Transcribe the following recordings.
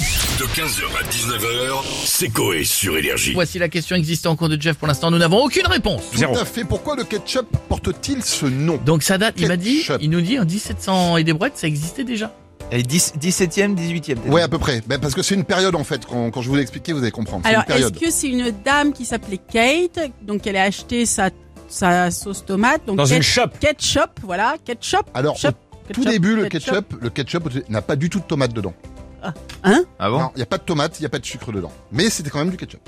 De 15h à 19h, c'est Coé sur Énergie. Voici la question existante en cours de Jeff. Pour l'instant, nous n'avons aucune réponse. Tout à fait. Pourquoi le ketchup porte-t-il ce nom Donc ça date, il m'a dit, Ketchup. il nous dit en 1700 et des brouettes, ça existait déjà. Et 10, 17e, 18e. peut-être. Ouais, à peu près. Ben, parce que c'est une période en fait. Quand, quand je vous l'ai expliqué, vous allez comprendre. C'est Alors, une est-ce période. que c'est une dame qui s'appelait Kate, donc elle a acheté sa, sa sauce tomate, donc Dans ket- une shop. ketchup, voilà, ketchup. Alors, ketchup, au tout ketchup, début, le ketchup, le ketchup n'a pas du tout de tomate dedans. Ah bon non, il n'y a pas de tomate, il n'y a pas de sucre dedans. Mais c'était quand même du ketchup.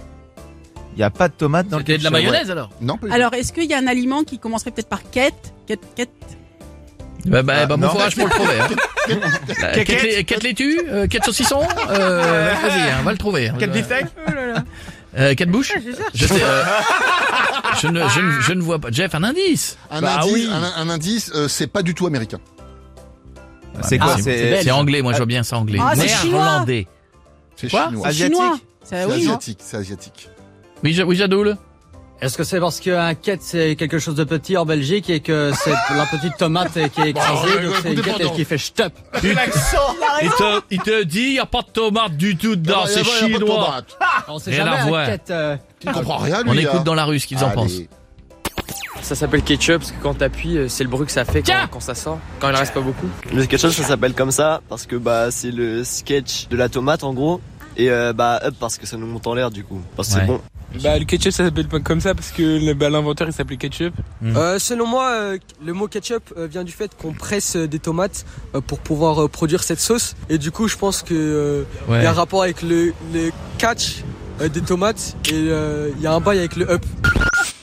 Il n'y a pas de tomate dans le C'était de la ketchup. mayonnaise alors Non, pas du Alors, est-ce qu'il y a un aliment qui commencerait peut-être par Kate, Kate, Kate Bah, bah, bah, bon non. courage pour le trouver. hein. Euh, Quelle- Quatre lait- quatre laitues, euh, quatre saucissons, euh, vas-y, hein, on va le trouver. Quel bifteck Euh, Quatre Ah, bouches Je sais, euh, je ne, je ne- je ne vois pas. Jeff, un indice. tout. Un Bah indice, oui. un, un indice euh, c'est pas du tout américain. C'est quoi Ah, C'est C'est anglais, moi je vois bien, c'est anglais. Ah, c'est chinois. Néerlandais. C'est Quoi chinois. Asiatique. Chinois. Ça, Ah C'est oui, non asiatique, c'est asiatique. Oui, Ja- oui, Jadoul. Est-ce que c'est parce qu'un quête c'est quelque chose de petit en Belgique et que c'est la petite tomate qui est écrasée, donc c'est une quête qui fait stop Il te, il te dit, il n'y a pas de tomate du tout Ah, y a pas- y a pas de tomate. On sait Et la jamais voix. un quête. euh, Tu comprends rien, lui. On hein. écoute dans la rue ce qu'ils en Allez. pensent. Ça s'appelle ketchup parce que quand t'appuies, euh, c'est le bruit que ça fait Tiens quand, quand ça sort, quand il en reste pas beaucoup. Le sketch ça s'appelle comme ça parce que bah c'est le sketch de la tomate en gros et euh, bah up parce que ça nous monte en l'air du coup parce que Ouais. c'est bon. Bah le ketchup ça s'appelle pas comme ça parce que bah, l'inventeur il s'appelait ketchup. Euh, selon moi, euh, le mot ketchup euh, vient du fait qu'on presse euh, des tomates euh, pour pouvoir euh, produire cette sauce. Et du coup, je pense que euh, il y a un rapport avec le, le catch euh, des tomates et euh, il y a un bail avec le up.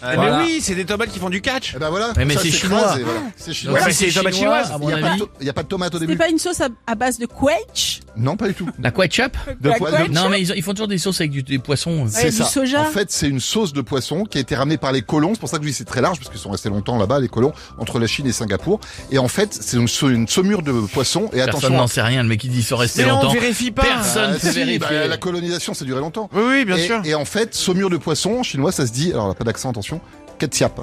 Ah, Voilà. Mais oui, c'est des tomates qui font du catch. Eh ben voilà. Mais- mais ça, c'est chinois. écrasé, voilà. C'est Donc, chinois. Ouais, mais c'est les tomates chinoises, à Il mon n'y a, pas de avis. to- il y a pas de tomate au C'était début. hein. pas une sauce à, à base de quetch Non, pas du tout. La ketchup De quoi- de- Non, mais ils, ils font toujours des sauces avec du, des poissons. C'est du ça. soja. En fait, c'est une sauce de poisson qui a été ramenée par les colons. C'est pour ça que je dis que c'est très large, parce qu'ils sont restés longtemps là-bas, les colons, entre la Chine et Singapour. Et en fait, c'est une, sau- une saumure de poisson. Et Personne attention, hein. n'en sait rien, le mec il dit ils sont restés Mais on longtemps. vérifie pas. Personne ne si, peut vérifier. bah, la colonisation, ça a duré longtemps. Oui, oui, bien et, sûr. et en fait, saumure de poisson, en chinois, ça se dit, alors là, pas d'accent, attention, ketchup.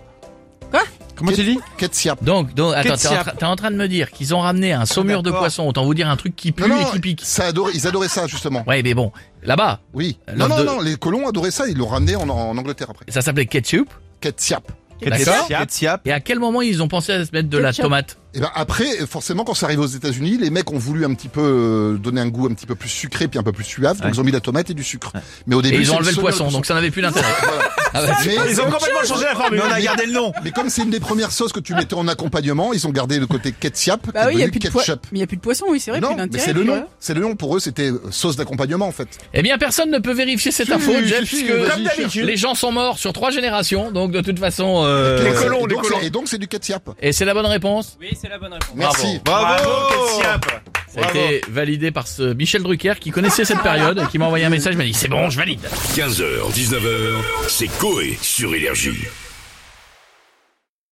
Comment tu dis Ketchup. Donc, donc attends, t'es Ketchup. en, train- t'es en train de me dire qu'ils ont ramené un saumur de d'accord. poisson, autant vous dire un truc qui pue Non, non, et qui pique. ça adorait- ils adoraient ça, justement. Ouais, mais bon, là-bas, Oui. Euh, Non, non, l'homme de- non, les colons adoraient ça, ils l'ont ramené en, en Angleterre après. ça s'appelait ketchup. Ketchup. D'accord. Ketchup. Et à quel moment ils ont pensé à se mettre de la Ketchup. tomate Et ben après, forcément, quand ça arrive aux États-Unis, les mecs ont voulu un petit peu euh, donner un goût un petit peu plus sucré puis un peu plus suave, donc Ouais. ils ont mis de la tomate et du sucre. Mais au Et début, ils c'est ont le enlevé le saumur de poisson, donc ça n'avait plus d'intérêt. Voilà. Ah bah, Mais- Ils ont complètement changé la formule. Mais on a gardé le nom. Mais comme c'est une des premières sauces que tu mettais en accompagnement, ils ont gardé le côté ketchup. Bah qui oui, est il y a devenu plus de poisson. ketchup. Mais il y a plus de poisson, oui, c'est vrai. non, plus mais d'intérêt, c'est le tu nom. vois. C'est le nom pour eux, c'était euh, sauce d'accompagnement en fait. eh bien, personne ne peut vérifier cette Si, info, si, Jeff, si, puisque vas-y, cherche. les gens sont morts sur trois générations, donc de toute façon. euh, Et donc, colons, et les donc, colons. c'est- Et donc c'est du ketchup. Et c'est la bonne réponse. Oui, c'est la bonne réponse. Merci. Bravo, ketchup. Ça a été validé par ce Michel Drucker qui connaissait cette période, et qui m'a envoyé un message, il m'a dit c'est bon, je valide. 15h, 19h, c'est Coé sur Énergie.